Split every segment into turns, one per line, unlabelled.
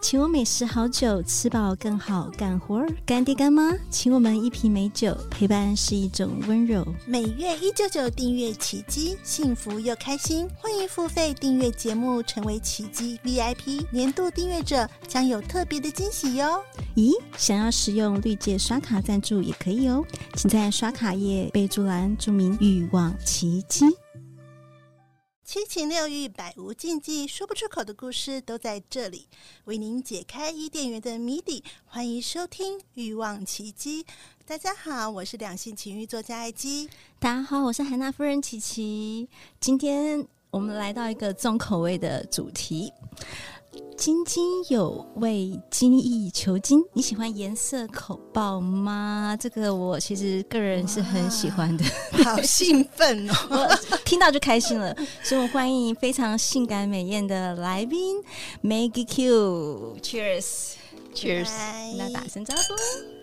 请我美食好酒，吃饱更好干活儿。干爹干妈，请我们一瓶美酒，陪伴是一种温柔。
每月一九九订阅奇迹，幸福又开心。欢迎付费订阅节目，成为奇迹 VIP 年度订阅者，将有特别的惊喜哟。
咦，想要使用绿界刷卡赞助也可以哦，请在刷卡页备注栏注明“欲望奇迹”。
七情六欲，百无禁忌，说不出口的故事都在这里，为您解开伊甸园的谜底。欢迎收听《欲望奇迹》。大家好，我是两性情欲作家艾姬。
大家好，我是海娜夫人琪琪。今天我们来到一个重口味的主题，津津有味，精益求精。你喜欢颜色口爆吗？这个我其实个人是很喜欢的，
好兴奋哦！
我 听到就开心了。所以我欢迎非常性感美艳的来宾 Maggie Q。Cheers，
Cheers！
那打声招呼。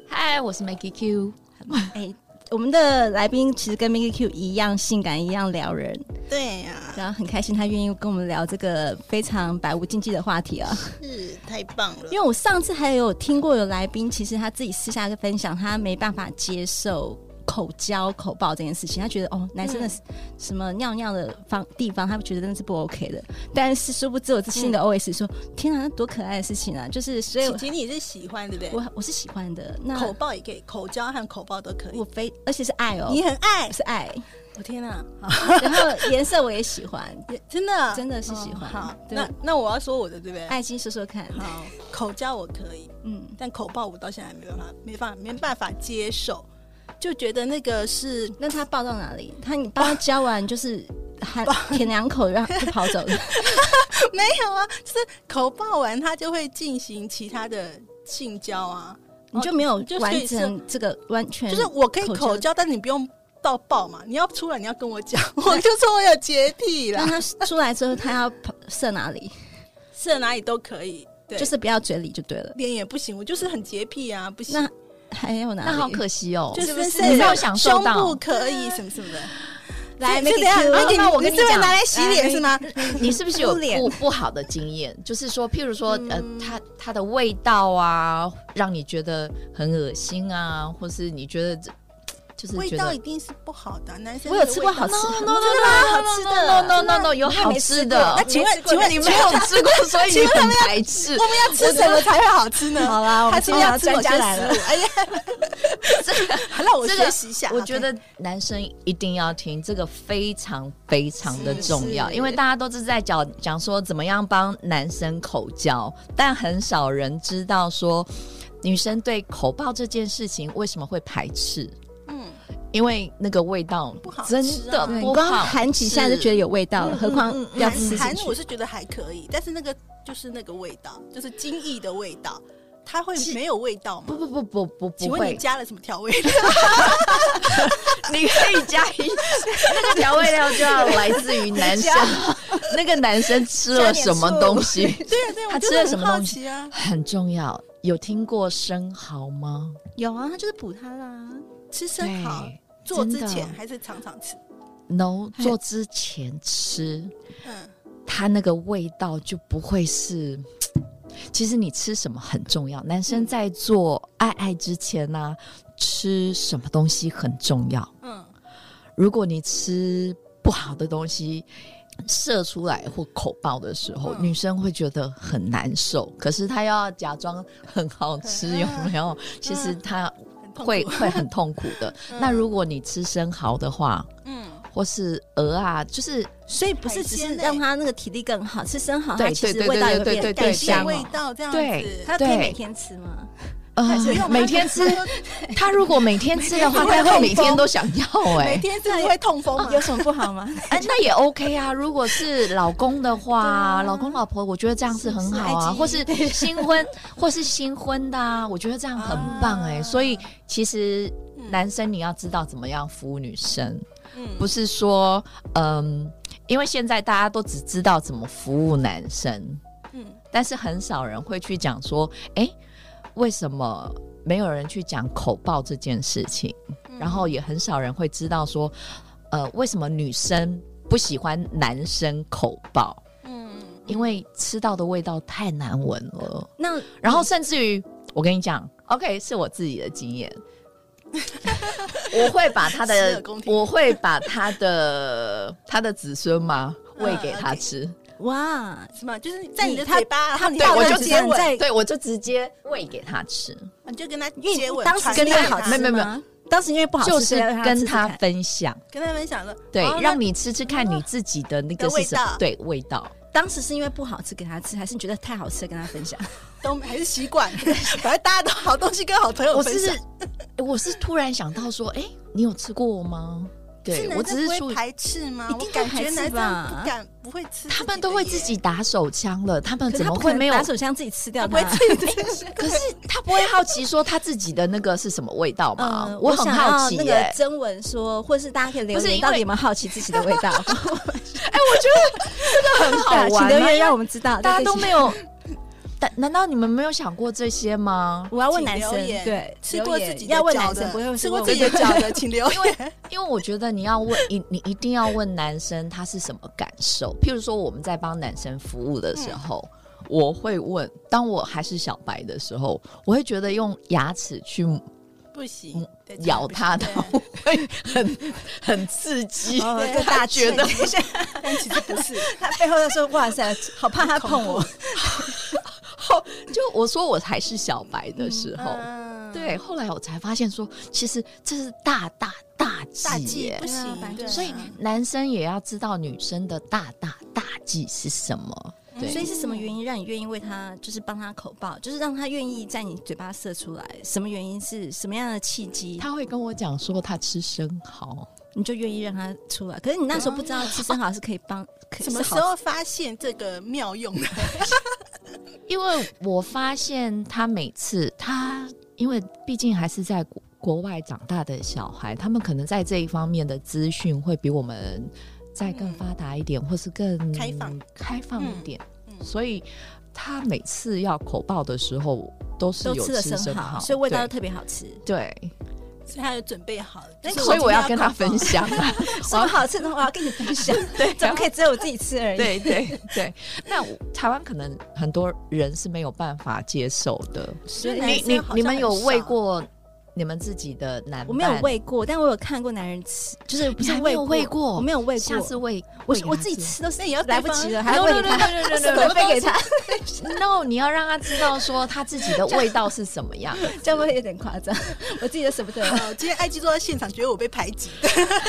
嗨，我是 Maggie Q。
哎、我们的来宾其实跟 Maggie Q 一样性感，一样撩人。
对啊呀、
然后很开心，他愿意跟我们聊这个非常百无禁忌的话题啊。
是嗯太棒了
因。为我上次还有听过有来宾，其实他自己私下就分享，他没办法接受口交、口爆这件事情，他觉得哦，男生的什么尿尿的方地方，他觉得真的是不 OK 的。但是殊不知，我这新的 OS 说：“天啊，那多可爱的事情啊！”就是所以我，
嗯
琪琪，你是喜欢对不对？
我我是喜欢的。那
口爆也可以，口交和口爆都可以
嗯我。非而且是爱哦，
你很爱
我，是 啊爱，
我天哪，
然后颜色我也喜 欢，
真的哦
真的是喜欢。
好，
对哎
那那我要说我的对不对？
爱心说说看，
好，口交我可以，
嗯。
但口爆我到现在还没办法，没办法，没办法接受，就觉得那个是
那他抱到哪里？他你帮他教完就是含舔两口，让他就跑走了。
没有啊，就是口爆完他就会进行其他的性交啊，
你就没有
就所
完
以是
成这个完全，
就是我可以
口交
口交，但你不用到爆嘛，你要出来你要跟我讲， 我就说我有洁癖
让
啦，
他出来之后，他要跑射哪里，
射哪里都可以，对，
就是不要嘴里就对了。
脸也不行，我就是很洁癖啊，不行
那。还有哪里？
那好可惜哦，
就是
不是
是
你没有享受
胸部
到？
可以什么什么的，
来
是是
Maggie
这样
Q，
那你
那我跟
你
你
是会
讲
拿来洗
哎
脸是吗？
你是不是有
敷脸
不不好的经验？ 就是说，譬如
嗯
说，呃，它它的味道啊，让你觉得很恶心啊，或是你觉得这就是
味
觉
道
得
一定是不好的啊，男生
我有吃过
的味道
好吃的，真的
no
吗？好吃
no
的
no no no 有好吃的
那，请问，请问你
你
们
没有吃过， 所以你很排斥。
我们要吃什么才会好吃呢？
好啦，我
他
们
是
今天
要
要
吃我
专
就
家来
食
了。
物，哎呀，
这个
好让我
这个
学习一下。
我觉得男生一定要听，这个非常非常的重要，
是是
因为大家都是在讲讲说怎么样帮男生口交，但很少人知道说女生对口爆这件事情为什么会排斥，
嗯，
因为那个味道
不好吃啊
真的
对
不
光
好吃，
含几下就觉得有味道了，何况要
韩
吃进
韩我
去。
是觉得还可以，但是那个就是那个味道，就是精益的味道，它会
是
没有味道吗
不？不不不不不
请问你
会，
加了什么调味？
你可以加一那个调味料就要来自于男生，那个男生吃了什么 东西
对啊，对啊，我
他
就
吃了
是
什
很
么
好
东西
奇啊。
很重要。有听过生蚝吗？
有啊，他就是补他啦。
吃生蚝
对
做之
真的
前还是常常吃，
no
哎
做之前吃，
嗯，
它那个味道就不会是。其实你吃什么很重要，男生在做爱爱之前呢、吃什么东西很重要。
嗯，
如果你吃不好的东西，射出来或口爆的时候，
嗯
女生会觉得很难受。可是她要假装很好吃，
嗯
有没有？其实她
很痛苦
会、会很痛苦的。那如果你吃生蚝的话，
嗯，
或是鹅啊，就是
所以不是只是让他那个体力更好，吃生蚝，它
对
其实
对对
味道也会
对
变
对对对
更
对
改 变
香
香对
味
哦。
道这样
对
子，
他可以
对
每天吃吗？
呃
不用，
每天吃，他如果每天吃的话，他会每天都想要哎、
每天是不会痛风吗？
有什么不好吗？
哎，那也 OK 啊。如果是老公的话，
对啊
老公老婆，我觉得这样是很好啊。
是
或是新婚，或是新婚的啊，我觉得这样很棒哎、
啊
所以其实
嗯
男生你要知道怎么样服务女生，
嗯
不是说嗯，因为现在大家都只知道怎么服务男生，
嗯
但是很少人会去讲说，哎、为什么没有人去讲口爆这件事情？
嗯
然后也很少人会知道说，呃，为什么女生不喜欢男生口爆？
嗯
因为吃到的味道太难闻了。
那
然后甚至于，我跟你讲，OK，是我自己的经 验。我会把他
洗
的
耳恭，听
我会把他的他的子孙嘛
嗯
喂给他吃，
嗯
哇，
什么？就是在你的
他
嘴巴，然后你
对
到
我
了
就
接
接
吻，
在
对我就直接喂给他吃，
你就跟他接吻，
当时
传啊
跟
给
他
他
好吃
没
吗
有没有没有，
当时因为不好吃，
就是
所以让
跟
吃吃
他
看
分享，
跟他们讲说，
对
哦，
让你吃吃看你自己的那个
的味
是什么
道，
对味道。
当时是因为不好吃给他吃，还是你觉得太好吃了跟他分 享？
那都还是习 惯，反正大家都好东西跟好朋友
我
分享
是。 我是突然想到说，哎、你有吃过吗？对
男
我
生
只
不
是
会
说，
排斥吗？
一定
我
会
感
排
觉
斥
男生
吧
不敢不会吃，
他们都会自己。打手枪了，他们
可
怎
是他
么
不
会
可
没
能
有
拿？手枪自己吃掉
他不
它
会
啊？
自己吃，
可 是他不会好奇说他自己的那个是什么味道吗？
嗯，
我
我
很
想
好
要
奇、
那
耶。
个征文说，或是大家可以留
不是因
言，
为
到底有没有好奇自己的味道？
很好玩、
请
啊，
留
因为
言让我们知道。
大家
对
都
对
没有。 但难道你们没有想过这些吗？
我要问男生
请留，言
对，
吃过
留言
自己的
要问
脚
男生，不
的，
会
吃
是
过
问
自己的
我
脚的，请留言。
因为我觉得你要问你，你一定要问男生他是什么感受。譬如说，我们在帮男生服务的时候，我会问，当我还是小白的时候，我会觉得用牙齿去
不行，对
咬它的，
不行对
会很很刺激。
哦，
对
就大家
觉得
确定
但其实不 是。
他背后就说：“哇塞，好怕他碰我。
就我说我还是小白的时候，
嗯
对，后来我才发现说，其实这是大大大忌
大忌
耶
不
对啊反正
行，对
所以男生也要知道女生的大大大忌是什么。”对，
所以是什么原因让你愿意为他，就是帮他口爆，就是让他愿意在你嘴巴射出来？什么原因是什么样的契机，
他会跟我讲说他吃生蚝，
你就愿意让他出来？可是你那时候不知道吃生蚝是可以帮，可以
什么
是
时
好
候发现这个妙用的？
因为我发现他每次他，因为毕竟还是在国国外长大的小孩，他们可能在这一方面的资讯会比我们再更发达一点，或是更
开放
嗯开放一点，
嗯
所以他每次要口爆的时候都是
都
有
吃了
吃
生
蚝，
蚝，所以味道
对
特别好吃。
对，
所以他有准备好，但
所以我要跟 他分
享。
享啊。
什么好吃的，我要跟你分享。对，怎么可以只有我自己吃而已？
对对对， 那我台湾可能很多人是没有办法接受的。
所以男
你
生
你
好像
你们有
很少
喂过你们自己的男伴？
我没有，喂过，但我有看过男人吃，就是不是
你还没
喂
有喂过
我没有喂过。
下次喂，
我
喂
是
给
我
他
自己
吃。
吃都是
那也要
来不
对方
及了，还要
no
喂
no
给
no
他
no no
什么
no
都飞给他，
no no！你要让他知道说他自己的味道是什么样。
这样会不会有点夸张，我自己都舍不得。
哦，今天 IG 坐在现场，觉得我被排挤，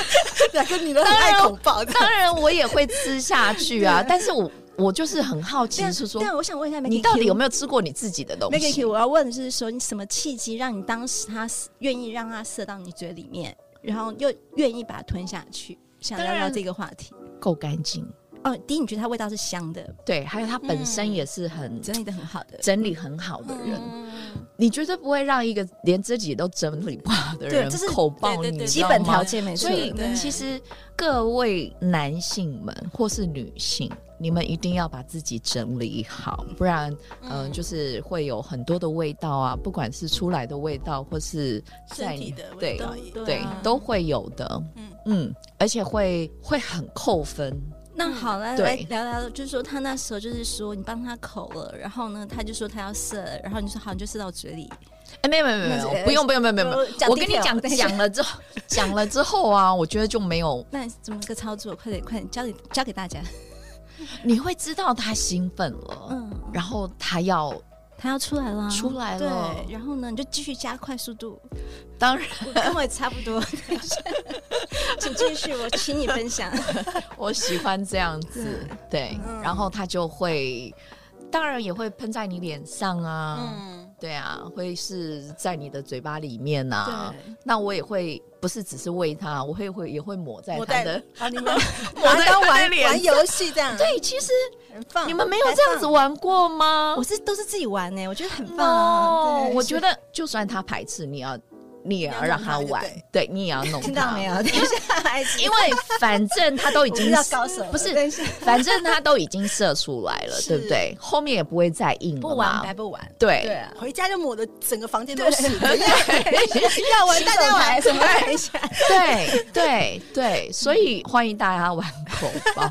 两个女的很爱恐爆 的。
当然，我也会吃下去啊，但是我我就是很好奇，是说
但我想问一下，
你到底有
没
没有吃过你自己的东
有 Maggie，
西
Q，？我要问的是说，你什么契机让你当时他愿意让他射到你嘴里面，然后又愿意把它吞下去？想
当
聊
然
聊这个话题。
够干净，
哦，第一，你觉得它味道是香的，
对，还有他本身
嗯
也是很
整理的很好的。
整理很好的人，
嗯
你绝对不会让一个连自己都整理不好的人
对这是
口爆
对对
你，
对
你知
基
道
本
吗
条件没错
所，以
对
其实各位男性们或是女性，你们一定要把自己整理好，不然嗯、呃
嗯
就是会有很多的味道啊，不管是出来的味道或是在
身
你
体的味道也，
对
对
对、
啊
都会有的，嗯
嗯
而且会会很扣分。
那好了，
对
来聊聊，就是说他那时候就是说你帮他口了，然后呢，他就说他要射了，然后你说好，你就射到嘴里。
哎、没有没有没有没有，不用不用不用不用不用，
讲
我跟你
detail，
讲
等一下
讲了之后，讲了之后啊，我觉得就没有
那你怎么个操作？快点，快点，教给教给大家。
你会知道他兴奋了，
嗯，
然后他要
他要出来了，
出来了。
对，然后呢，你就继续加快速度，
当然，
跟我也差不多。 请继续，我请你分享。
我喜欢这样子，对，
嗯
然后他就会，当然也会喷在你脸上啊，
嗯，
对啊，会是在你的嘴巴里面呐、啊。
对，
那我也会不是只是喂它，我会会也会抹在
我
它
带
的。
啊，你们
我在
把它当
玩
玩
脸
玩游戏这样，
对，其实
很放，
你们没有这样子玩过吗
我？是都是自己玩呢、我觉得很棒啊。
哦，
对
我觉得就算它排斥，你要你也要
要弄
让
它
它
就
玩
对，
对你也要弄它。
听到 没有？等一下，孩子
因为反正它都已
我
经
遇到高手了
不是
等一下
反正它都已经射出来了，
是
对不对？后面也不会再硬了
不玩
嘛
白不玩。
对
对 啊，
回家就抹的整个房间都是， 要玩大家玩，
什么玩一下？
对对对，所以欢迎大家玩口爆。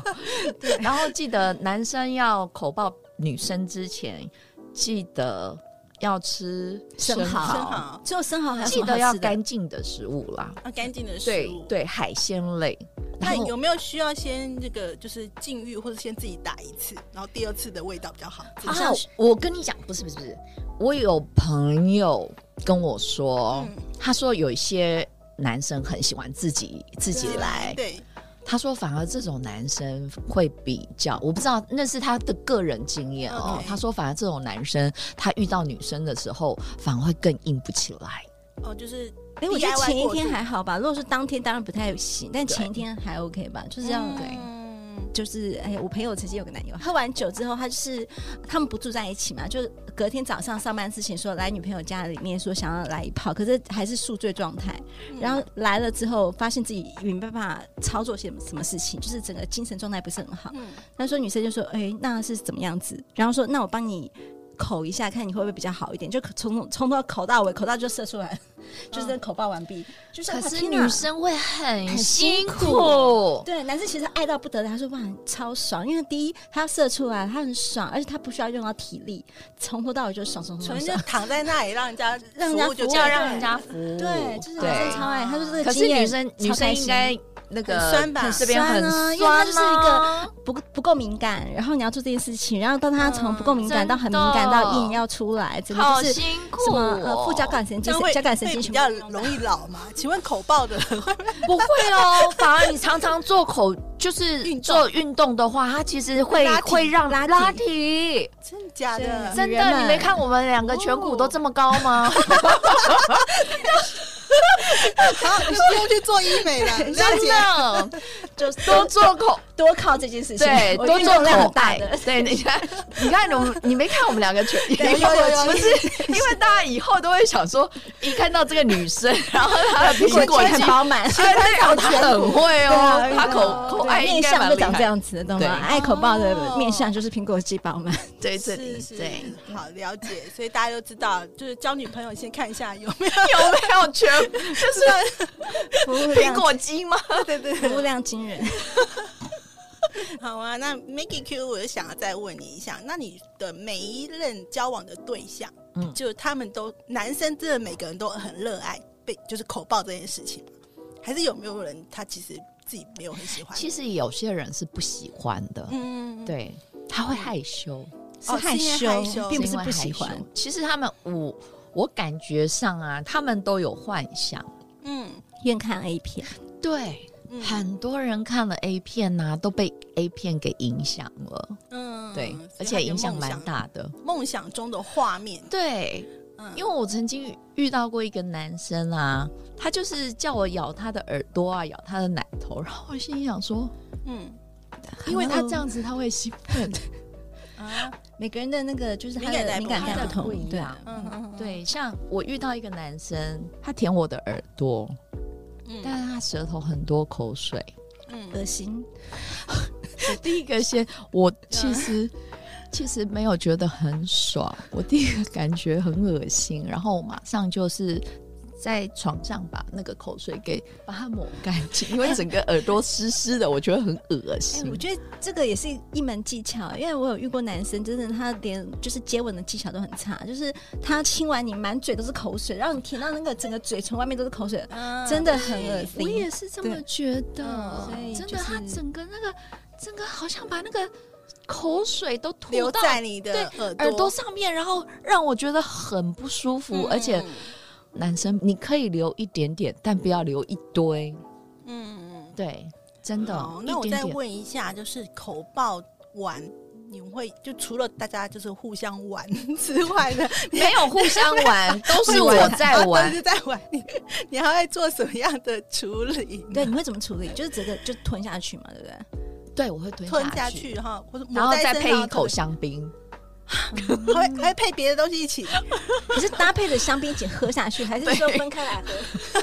然后记得男生要口爆女生之前，记得要吃
生蚝
生蚝
只有生蚝还有什
记
么
得
好
要
吃的
干净的食物啦。
啊，干净的食
对
物。
对，海鲜类。
那
然后
有没有需要先这个就是禁欲，或者先自己打一次，然后第二次的味道比较好？
啊，我跟你讲，不是不是不是，我有朋友跟我说，
嗯
他说有一些男生很喜欢自己自己来，
对，
他说反而这种男生会比较，我不知道那是他的个人经验哦。
OK
他说反而这种男生他遇到女生的时候，反而会更硬不起来。
哦，就是
哎、我觉得
DIY
前一
过
天
度
还好吧，如果是当天当然不太行，但
对
前一天还 OK 吧，就是这样。
对，嗯
就是哎、我朋友曾经有个男友，喝完酒之后，他就是他们不住在一起嘛，就是隔天早上上班之前说来女朋友家里面说想要来一炮，可是还是宿醉状态。
嗯
然后来了之后，发现自己没办法操作些什么事情，就是整个精神状态不是很好。
嗯，
他说女生就说：“哎、那是怎么样子？”然后说：“那我帮你口一下，看你会不会比较好一点。”就从头从头口到尾，口到就射出来，
嗯
就是真的口爆完毕。就是
可
哇
是
天哪
女生会很
很
辛
辛
苦，
对男生其实爱到不得了，他说：“哇，超爽！”因为第一，他要射出来，他很爽，而且他不需要用到体力，从头到尾就爽爽爽
纯就
爽。
躺在那里，让人家
让人家
服务就
服务
要
对
让人
了
家服务。
对，就是女
对
生超爱。他说：“这
可
个
是
经验
女生女
超
生
开心
应该那个
很酸吧
这边很
酸啊因为它
酸
就是一
啊
不不够敏感，然后你要做这件事情，然后当他从
嗯
不够敏感到很敏感
真的
到硬要出来，真的
好
就是
辛
什
苦
么
哦，
呃副交感神
这
经
样、会
交感神
会
经
比
全
较
部
容易老嘛？请问口爆的 人会
不会 哦，反而你常常做口就是
运动
做运动的话，它其实会
拉提
会让
拉提
拉提。
真的假的？
真
女
的
人，们
你没看我们两个颧
哦
骨都这么高吗？
好， 你不用去做医美了，
真
了解。
的，
就是
多做 口
多靠这件事情，
对，
我
多
运
做
动量
口
很大
袋
的。。
对，你看，你看，我们你没看我们两个 全
有有有
不是， 因为大家以后都会想说，一看到这个女生，然后她的苹 果
果很饱满，
哎，对哦，她很会哦，她口口爱
对
应
面
该
相
蛮
就
厉
长这
害。
样子的，懂
对
吗？爱口爆
哦
的面相就是苹果肌饱满，
对，这里
是是
对。
是好了解，所以大家都知道，就是交女朋友先看一下有没有
有没有全就是
服务
苹
量
果肌 吗？
对对
服务量惊人。
好啊，那 Maggie Q，我就想要再问你一下，那你的每一任交往的对象，
嗯
嗯，就他们都男生真的每个人都很热爱被就是口爆这件事情吗，还是有没有人他其实自己没有很喜欢？
其
实，
实有些人是不喜欢的，
嗯，
对，他会害羞，
哦
害
是因为
羞
害羞
并不是
因为
不喜
害羞
欢。
其实他们我我感觉上啊，他们都有幻想，
嗯，
愿看 A 片，
对，
嗯
很多人看了 A 片呐、都被 A 片给影响了，
嗯
对，
所以
而
他
且
的
影响
梦
蛮大的，
梦想中的画面，
对，
嗯，
因为我曾经遇到过一个男生啊，他就是叫我咬他的耳朵啊，咬他的奶头，然后我心里想说，
嗯
因为他这样子他会兴奋。
啊，
每个人的那个就是他
敏感带
的
不
敏感带
太
不同，
一
对啊
样。
嗯嗯，
对，像我遇到一个男生，他舔我的耳朵，
嗯
但是呃他舌头很多口水。
嗯
恶心。
我 第一个先，我其实 其实没有觉得很爽，我第一个感觉很恶心，然后我马上就是。在床上把那个口水给把它抹干净，因为整个耳朵湿湿的，我觉得很恶
哎、
心。
我觉得这个也是一门技巧，因为我有遇过男生，真的他连就是接吻的技巧都很差，就是他亲完你满嘴都是口水，然后你舔到那个整个嘴唇外面都是口水，
啊
真的很恶
我
心。
也是这么觉得，
对嗯所以
真
就
的，他
是
整个那个整个好像把那个口水都吐
留
到
在你的
对
耳
耳朵上面，然后让我觉得很不舒
嗯
服。而且男生你可以留一点点，但不要留一堆。
嗯嗯嗯。
对，真的
好，那
嗯一
我
点
再
点。
问一下，就是口爆完你们会就除了大家就是互相玩 之外 呢，你
没有互相 玩，都是
会
我
玩
在
啊
玩
都。是在玩，你你还会做什么样的处理？
对，你会怎么处理？就是整个就吞下去嘛，对不对？
对，我会吞
吞
下
下，去哈，或者抹
然后
在
再
身
配
上
一口，香槟。
对还会还会配别的东西一 起，
你是搭配着香槟一起喝下去，还是说分开来喝？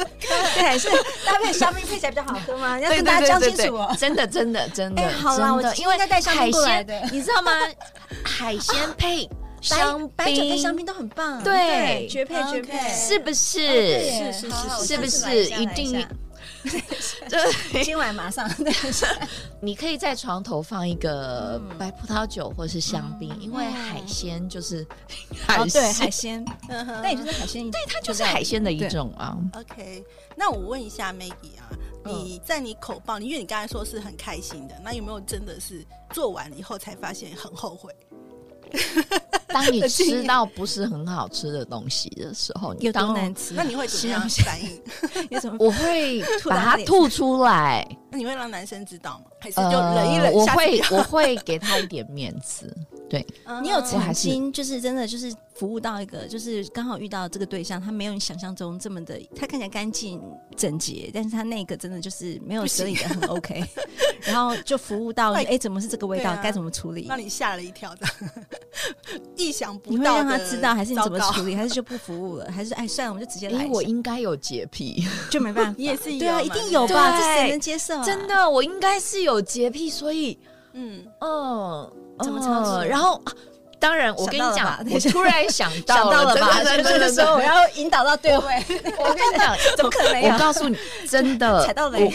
对，是搭配香槟配起来比较好喝吗？要跟大家讲清楚哦。
真的真的真的。
哎，好啦，我
真的因为
应该带香
海
槟过来
鲜，
的，
你知道吗？海鲜配香
白白酒配
槟，
香槟哦都很棒，
对
绝配绝配，
是不是？
是是
好好
是
是不
我下次
是
买一下
一
买
定
下
是，今晚马上。
你可以在床头放一个
嗯
白葡萄酒或是香槟，因为海鲜就是
哦
海，
对，
鲜，
海鲜，
嗯哼
但也就是海鲜，对，它
就是海鲜的一种啊。
OK，那我问一下 Maggie 啊，
嗯
你在你口爆，因为你刚才说是很开心的，那有没有真的是做完了以后才发现很后悔？
当你
经
吃
验
到不是很好吃的东西的时候，你
有多
当
难吃
那？你会怎么样
啊
反应？
有什么？
我 会
到
把它
脸
吐出来，
那你会让男生知道吗？还是就
呃
忍一，忍？
我
下次
会
不要
我会给他一点面 子，
嗯
你有
我还
曾
是
经就是真的就是服务到一个就是刚好遇到这个对象，他没有你想象中这么的，他看起来干净整洁，但是他那个真的就是没有整理的很 OK，然后就服务到
那
哎、怎么是这个味
对
道，
啊
该、怎么处理
让？你吓了一跳的， 意想
你
不
会
到
让
的
他知道，还是你怎么
糟糕
处理，还是就不服务了，还是哎算了，我们就直接
因
来
为
一
我
下，
应该有洁癖，
就没 办法。
你也是有
对啊，
嘛
一定有吧？这
对
谁能接受、啊？
真，的，我应该是有洁癖，所以
嗯，
嗯，
怎么
嗯
操作
然后、啊当然，我
想
跟
到
你
了吧
讲，
等一
我
下
突然想
想
到
到了 吧？就
真的
是这
真的真
时候我
的，
要引导到对位，
我跟你讲，
怎么可 能没有
我？告诉你，真的
踩到雷，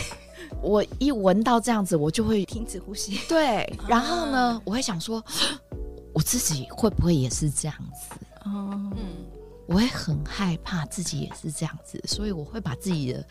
我我一闻到这样子，我就会
停止呼吸。
对，然后
啊
呢，我会想说， 我自己会不会也是这样子？
哦，
嗯，
我会很害怕自己也是这样子，所以我会把自己的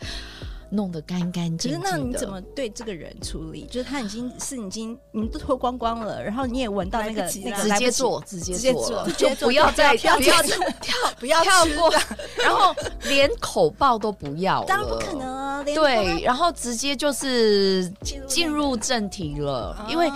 弄得干干
可
净
是
净的。
那你怎么对这个人处理？就是他已经是已经你们都脱光光了，然后你也闻到那个
来不及
那
了
个
直
来不
接
及
做，直接
直接
做
做
了，
直
就
接做
不要再
不要
不要
不
跳
不要
跳
吃
过， 然后连口爆都不要了，
当然不可能啊！连
对，然后直接就是
进入
进入正题了
啊，
因为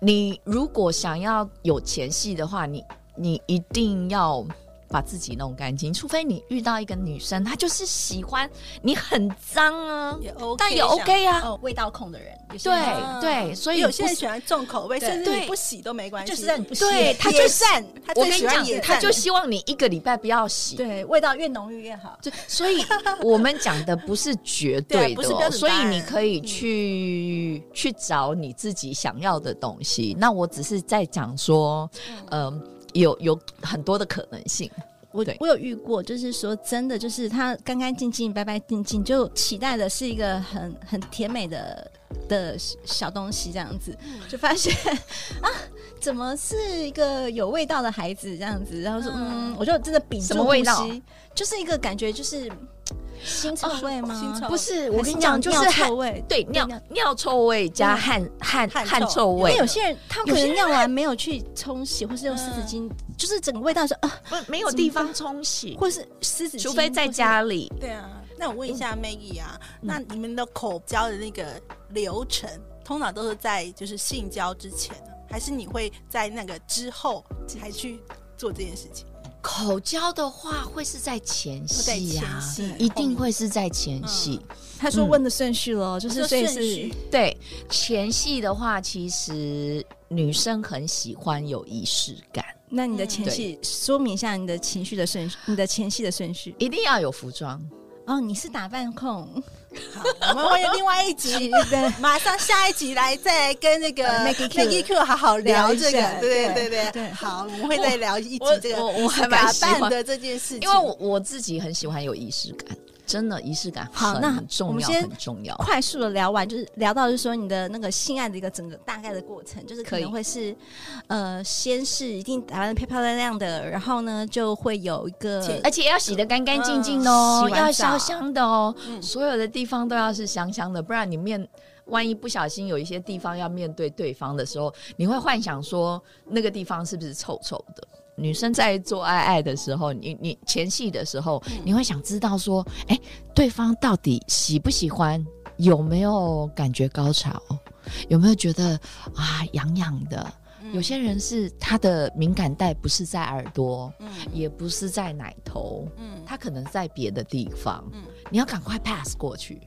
你如果想要有前戏的话，你你一定要把自己弄干净，除非你遇到一个女生，她就是喜欢你很脏啊，
也 OK，
但也
想
OK 呀、
哦味道控的人，有些
对
人
对，所以
哦有
不
些人
是
喜欢重口味，
对
甚至你
对
不洗都没关系，
就是让你不
对
屑
他
野
就
战，他
我
最
跟你
喜欢野
讲，
战，
她就希望你一个礼拜不要洗。
对味道越浓郁越好。
对，所以我们讲的不是绝
对
对
啊不
的
是
哦、
标准
所以
答案
你可以去、去找你自己想要的东西。那我只是在讲说，嗯、有有很多的可能性。
我
对
我有遇过，就是说真的，就是他干干净净、白白净净，就期待的是一个很很甜美的的小东西，这样子，
嗯
就发现啊，怎么是一个有味道的孩子这样子？然后说，嗯，我就真的屏住
什么味道哦
呼吸就是一个感觉，就是腥臭味吗？
腥臭
不
还
是，我跟你
尿
讲，就是
尿
汗
臭，味。
对尿
尿
尿臭味加汗汗
汗
汗
臭
臭
因
味
为，有些人他们
有
可
些
能
嗯
尿完没有去冲洗，或是用湿纸巾，就是整个味道是啊，
不没有地方冲洗，
或是湿纸巾，
除非
或
在
是
家里。
对啊，那我问一下 Maggie 啊，那你们的口交的那个流程，通常都是在就是性交之前呢，还是你会在那个之后才去做这件事情？
口交的话，会是在前
会在
戏呀、啊
前戏
一定会是在前戏。
他
嗯
说问的顺序咯，就
就是
所以
顺
是
序，
对前戏的话，其实女生很喜欢有仪式感，
那你的前戏说明一下你的情绪的 顺序，你的前戏的顺序。
一定要有服装。
哦，你是打扮控，
好，我们会有另外一集，马上下一集来再来跟那个
呃，Maggie Q
Maggie Q 好好聊
聊
这
一
个
下，
对
对
对对对，
对
好，我们会再聊一集这个
我还
打扮的这件事
因
情，
为我我自己很喜欢有仪式感，真的仪式感
好那
很
我
重
们
要，
先
很重要。
快速的聊完，就是聊到就是说你的那个性爱的一个整个大概的过程，就是可
可以
能会是，呃，先是一定打扮的漂漂亮亮的，然后呢就会有一个
前
而且要洗得干干净净的哦，
嗯洗完澡
要香香的哦，
嗯
所有的地方都要是香香的，不然你面万一不小心有一些地方要面对对方的时候，你会幻想说那个地方是不是臭臭的。女生在做爱爱的时候，你你前戏的时候，你会想知道说，哎、对方到底喜不喜欢，有没有感觉高潮，有没有觉得啊痒痒的，
嗯
有些人是他的敏感带不是在耳朵，
嗯
也不是在奶头，
嗯
他可能在别的地方，
嗯
你要赶快 pass 过去。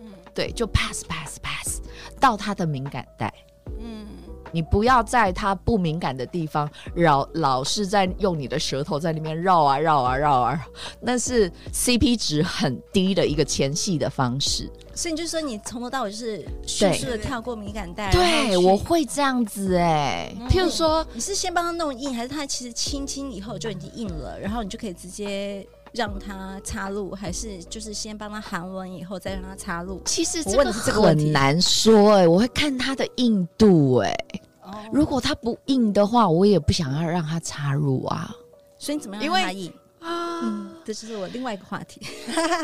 嗯
对，就 pass pass pass 到他的敏感带。
嗯
你不要在他不敏感的地方绕，老是在用你的舌头在那边绕啊绕啊绕啊，绕那是 CP 值很低的一个前戏的方式。
所以你就说你从头到尾就是迅速的跳过敏感带，然后
对，
去
我会这样子哎、譬如说，
你是先帮他弄硬，还是他其实轻轻以后就已经硬了，然后你就可以直接让他插入，还是就是先帮他含完以后再让他插入？
其实
我
这
问
个
的是这个问题
很难说哎、我会看他的硬度哎、
哦
如果他不硬的话，我也不想要让他插入啊。
所以你怎么样
因
让
为
他硬？嗯，这就是我另外一个话题。
哎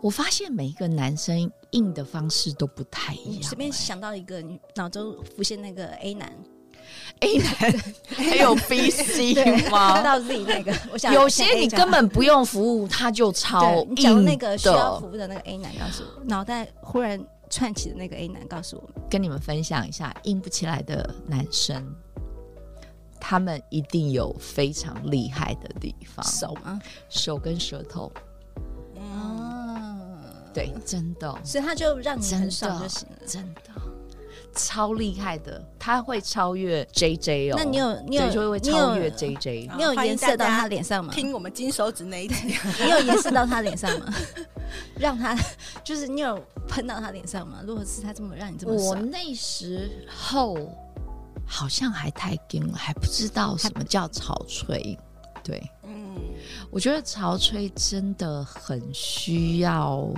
我发现每一个男生硬的方式都不太一
你
样、
嗯随便想到一个，你脑中浮现那个 A 男
A 男还有 B C 吗？
到 Z 那个，我想
啊有些你根
本
本不用服务，他就超
对，你讲
硬
那个需要
的
服。务的那个 A 男告诉我，脑袋忽然串起的那个 A 男告诉我们，
跟你们分享一下，硬不起来的男生，他们一定有非常厉害的地方，
手吗？
手跟舌头，
嗯
啊，
对，真的哦，
所以他就让你很爽就行了。
真的哦超厉害的，他会超越 J J 哦。
那你有你有
对，就会
你有
超越 J J。
你有
欢迎
颜色到
大家
他脸上吗？
嗯听我们金手指那一集，
你有颜色到他脸上吗？让他就是你有喷到他脸上吗？如果是他这么让你这么
我
爽，
那时候好像还太硬了，还不知道什么叫潮吹。对，
嗯
我觉得潮吹真的很需要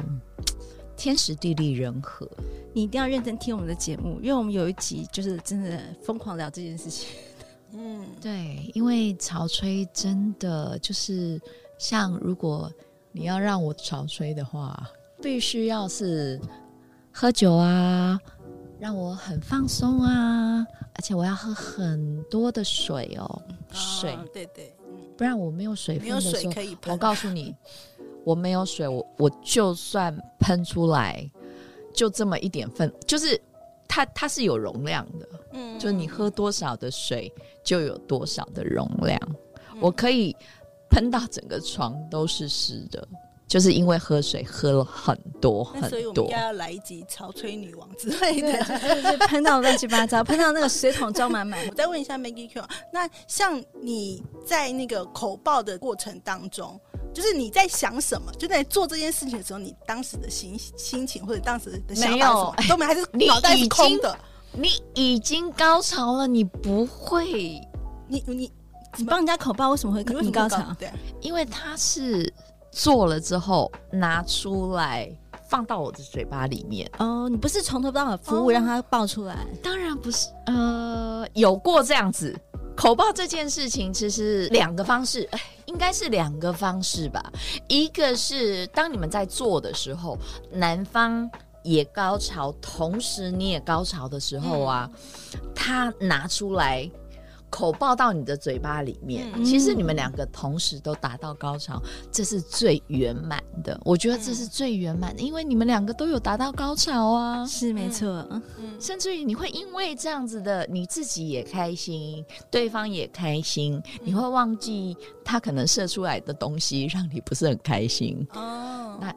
天时地利人和。
你一定要认真听我们的节目，因为我们有一集就是真的疯狂聊这件事情。
嗯
对，因为潮吹真的就是像，如果你要让我潮吹的话，必须要是喝酒啊，让我很放松啊，而且我要喝很多的水哦，水，
哦对对，嗯
不然我没有水
没
分
有
的时
水
候，
可以
我
喷，
告诉你，我没有水，我我就算喷出来，就这么一点分，就是它它是有容量的，
嗯
就是你喝多少的水就有多少的容量，
嗯
我可以喷到整个床都是湿的，就是因为喝水喝了很多
那
很
所以我们
多
应。该要来一集潮吹女王之类的。
就是喷到乱七八糟， 喷到那个水桶装满满。
我再问一下 Maggie Q，那啊像你在那个口爆的过程当中，就是你在想什么？就在做这件事情的时候，你当时的心心情或者当时的想
没
法是
有
什么都没，还是
你
脑袋
已
是
经
空的？
你已经高潮了，你不会，
你你
你帮人家口爆为什么会
你为什
你
么
高
会
啊
潮？
对，
因为它是做了之后拿出来放到我的嘴巴里面。
哦，你不是从头到尾服务
哦
让他爆出来，
当然不是，呃，有过这样子。口爆这件事情，其实两个方式，哎应该是两个方式吧。一个是当你们在做的时候，男方也高潮，同时你也高潮的时候啊，他拿出来口爆到你的嘴巴里面，
嗯
其实你们两个同时都达到高潮，这是最圆满的。我觉得这是最圆满的，因为你们两个都有达到高潮啊。
是没错。嗯
嗯
甚至于你会因为这样子的，你自己也开心，对方也开心，你会忘记他可能射出来的东西让你不是很开心。
哦
那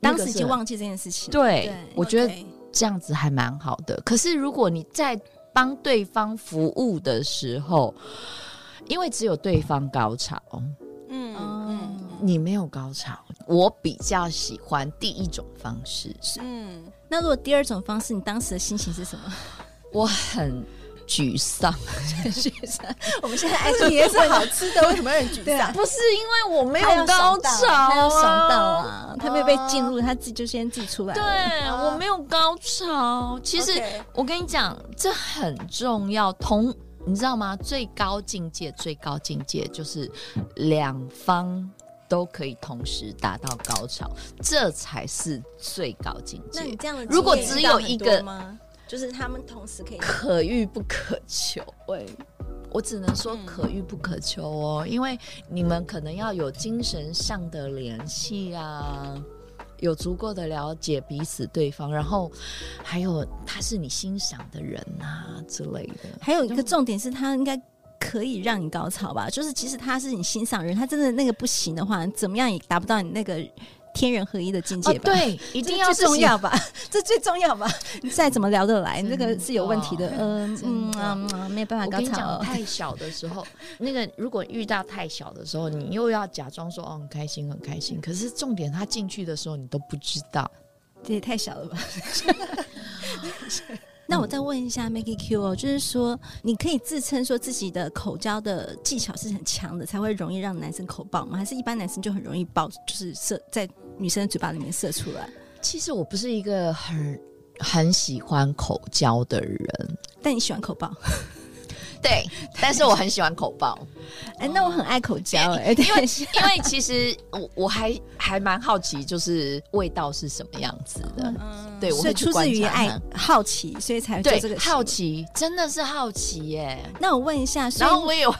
当时已经
那个是
忘记这件事情了。
对，
对
我觉得
OK
这样子还蛮好的。可是如果你在帮对方服务的时候，因为只有对方高潮，
嗯嗯
哦，
你没有高潮，我比较喜欢第一种方式，是
嗯，
那如果第二种方式，你当时的心情是什么？
我很沮丧。
我们现在爱
但是
情
你也是好吃 的，为什么有点沮丧？
不是因为我 没
他
有
有
高
爽
潮、
到
啊，
他有爽到啊，他没有被进入，他自己就先自己出来。啊
对，，我没有高潮。其实
OK
我跟你讲，这很重要。同你知道吗？最高境界，最高境界就是两方都可以同时达到高潮，这才是最高境
那你
界。
这样的
如果
经验
只有一个
到很多吗？就是他们同时可以
可遇不可求，喂。我只能说
嗯
可遇不可求哦，因为你们可能要有精神上的联系啊，有足够的了解彼此对方，然后还有他是你欣赏的人啊之类的。
还有一个重点是，他应该可以让你高潮吧？就是即使他是你欣赏的人，他真的那个不行的话，怎么样也达不到你那个天人合一的境界
哦，
吧？
对，一
这
定要
最重
要。
要吧？ 这最重要吧？你再怎么聊得来，
真
那
的
个是有问题的。嗯嗯啊，嗯没有办法
我
高
跟你
潮
讲，
哦。
太小的时候，那个如果遇到太小的时候，你又要假装说哦很开心很开心，可是重点他进去的时候你都不知道。
这也太小了吧？ 那我再问一下 Maggie Q 哦，就是说，你可以自称说自己的口交的技巧是很强的，才会容易让男生口爆吗？还是一般男生就很容易爆，就是射在女生的嘴巴里面射出来？
其实我不是一个很很喜欢口交的人，
但你喜欢口爆？
对， 但是我很喜欢口爆，
哎、那我很爱口交哎、
因为
对，
因为其实我我还还蛮好奇，就是味道是什么样子的。
嗯，
对，我
所
会
以
去
出
观
自于
察
爱
它。
好奇，所以才会做这
对，
个
好
奇。
奇，真的是好奇耶。
那我问一下，所以
然后我也会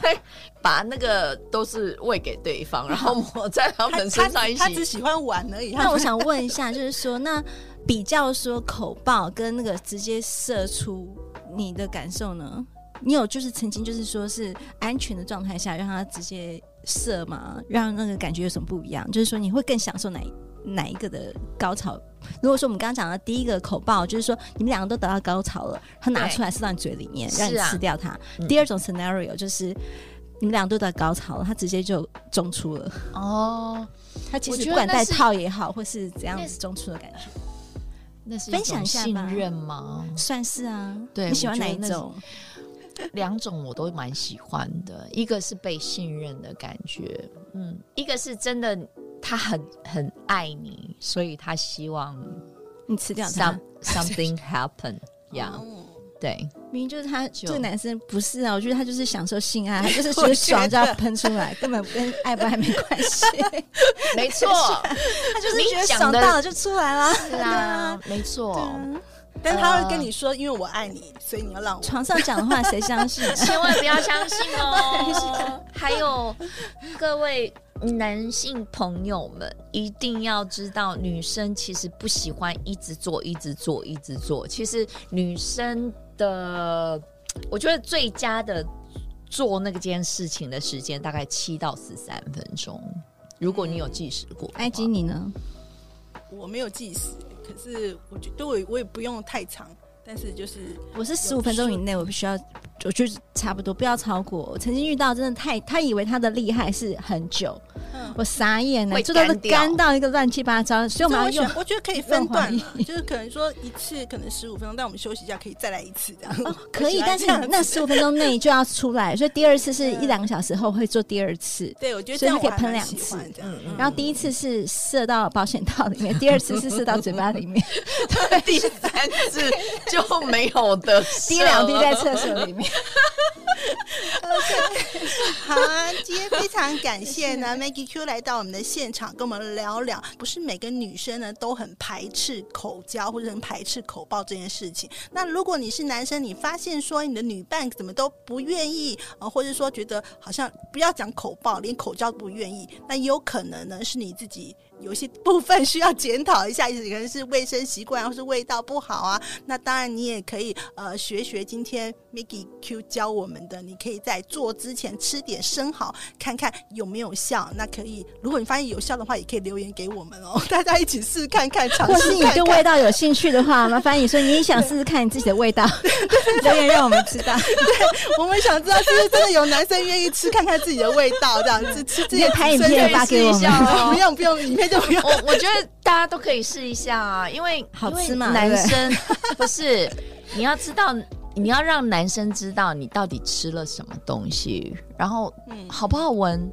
把那个都是喂给对方，然后抹在他
他
们身上
他
一
他只
起。
喜欢玩而已，
那我想问一下，就是说，那比较说口爆跟那个直接射出，你的感受呢？你有就是曾经就是说是安全的状态下让他直接射吗？让那个感觉有什么不一样？就是说你会更享受哪一哪一个的高潮？如果说我们刚刚讲的第一个口爆，就是说你们两个都得到高潮了，他拿
对
出来射到你嘴里面，
是
让你
啊
吃掉它。
嗯
第二种 scenario 就是你们两个都得到高潮了，他直接就中出了。
哦，
他其
我
实
觉
不管
得那
戴
是
套也好，或是怎样
那
子
是
中出的感觉，
那是
分享一下
信
吧
任吗？
算是啊。
对
你喜欢
我觉
哪
得
一
那是
种？
两种我都蛮喜欢的，一个是被信任的感觉，嗯，一个是真的他很很爱你，所以他希望
你吃掉他
some，something happen，呀、yeah,，
嗯
对，
明明就是他
就
这个男生不是啊，我觉得他就是享受性 爱，他就是觉得爽就要喷出来，根本跟爱不爱没关 系，
没错，
他就是
你
觉得
讲
爽
的
到了就出来啦。
是啊，没错。
但
嗯
他会跟你说，因为我爱你，所以你要让我。
床上讲的话谁相 信？
千万不要相信 哦！还有各位男性朋友们，一定要知道，女生其实不喜欢一直做、一直做、一直做。其实女生的，我觉得最佳的做那件事情的时间大概七到十三分钟。如果你有计时过的话，
埃 及你哎呢？
我没有计时，可是我觉得我也我也不用太长，但是就是
我是十五分钟以
哦
内，我必须要，我就是差不多，不要超过。我曾经遇到真的太，他以为他的厉害是很久，
嗯
我傻眼了，
会
这都是
干掉
干到一个乱七八糟，所以我们要
这
用
我喜欢我觉得可以分段
用
嘛
怀疑，
就是可能说一次可能十五分钟，但我们休息一下，可以再来一次这样。
哦可以，但是
我喜欢这样
你
子
那十五分钟内就要出来，所以第二次是一两个小时后会做第二次。
对，我觉得
所
这
以它可以
样我还蛮
喷两
喜
次
欢这样。嗯
然后第一次是射到保险套里面，第二次是射到嘴巴里 面，
第三次就没有的事
第两滴
了
在厕所 里面。
好啊，今天非常感谢 呢 Maggie Q 来到我们的现场，跟我们聊聊，不是每个女生呢都很排斥口交或者很排斥口爆这件事情。那如果你是男生，你发现说你的女伴怎么都不愿意，呃，或者说觉得好像不要讲口爆，连口交都不愿意，那也有可能呢是你自己。有一些部分需要检讨一下，也可能是卫生习惯啊或是味道不好啊，那当然，你也可以呃学学今天 Maggie Q 教我们的，你可以在做之前吃点生蚝，看看有没有效。那可以，如果你发现有效的话，也可以留言给我们哦， 大家一起试看看，尝
或是
试
你
看
对
看。
味道有兴趣的话，麻烦你说你也想试试看你自己的味 道，留言让我们知道。
我们想知道是不是真的有男生愿意吃看看自己的味道，这样子 吃
你
自己
也
的
拍影
身
片
体
发给我
试一
们
下。
不用不用，影片就不用。
我我觉得大家都可以试一下啊，因为
好
因为
吃嘛
男
对不
生不是，你要知道，你要让男生知道你到底吃了什么东西，然后
嗯，
好不好闻，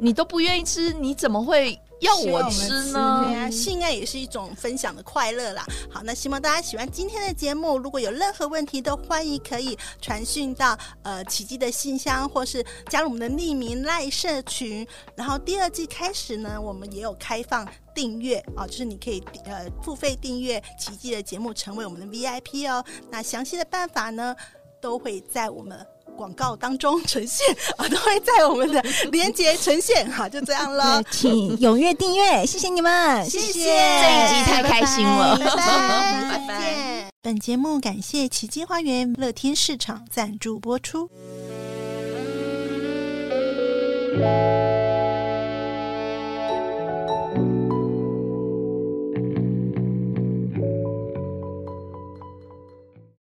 你都不愿意吃，你怎么会要
希望我
我
们
吃
吃
呢？
对啊，性爱也是一种分享的快乐啦。好，那希望大家喜欢今天的节目。如果有任何问题，都欢迎可以传讯到呃奇迹的信箱，或是加入我们的匿名赖社群。然后第二季开始呢，我们也有开放订阅啊、就是你可以呃付费订阅奇迹的节目，成为我们的 VIP 哦。那详细的办法呢，都会在我们。广告当中 呈现啊，都会在我们的连接呈现哈、就这样喽
对，。请踊跃订阅，谢谢你们，
谢谢
这一集太开心了
拜拜
拜拜
拜拜
本节目感谢奇迹花园乐天市场赞助播出。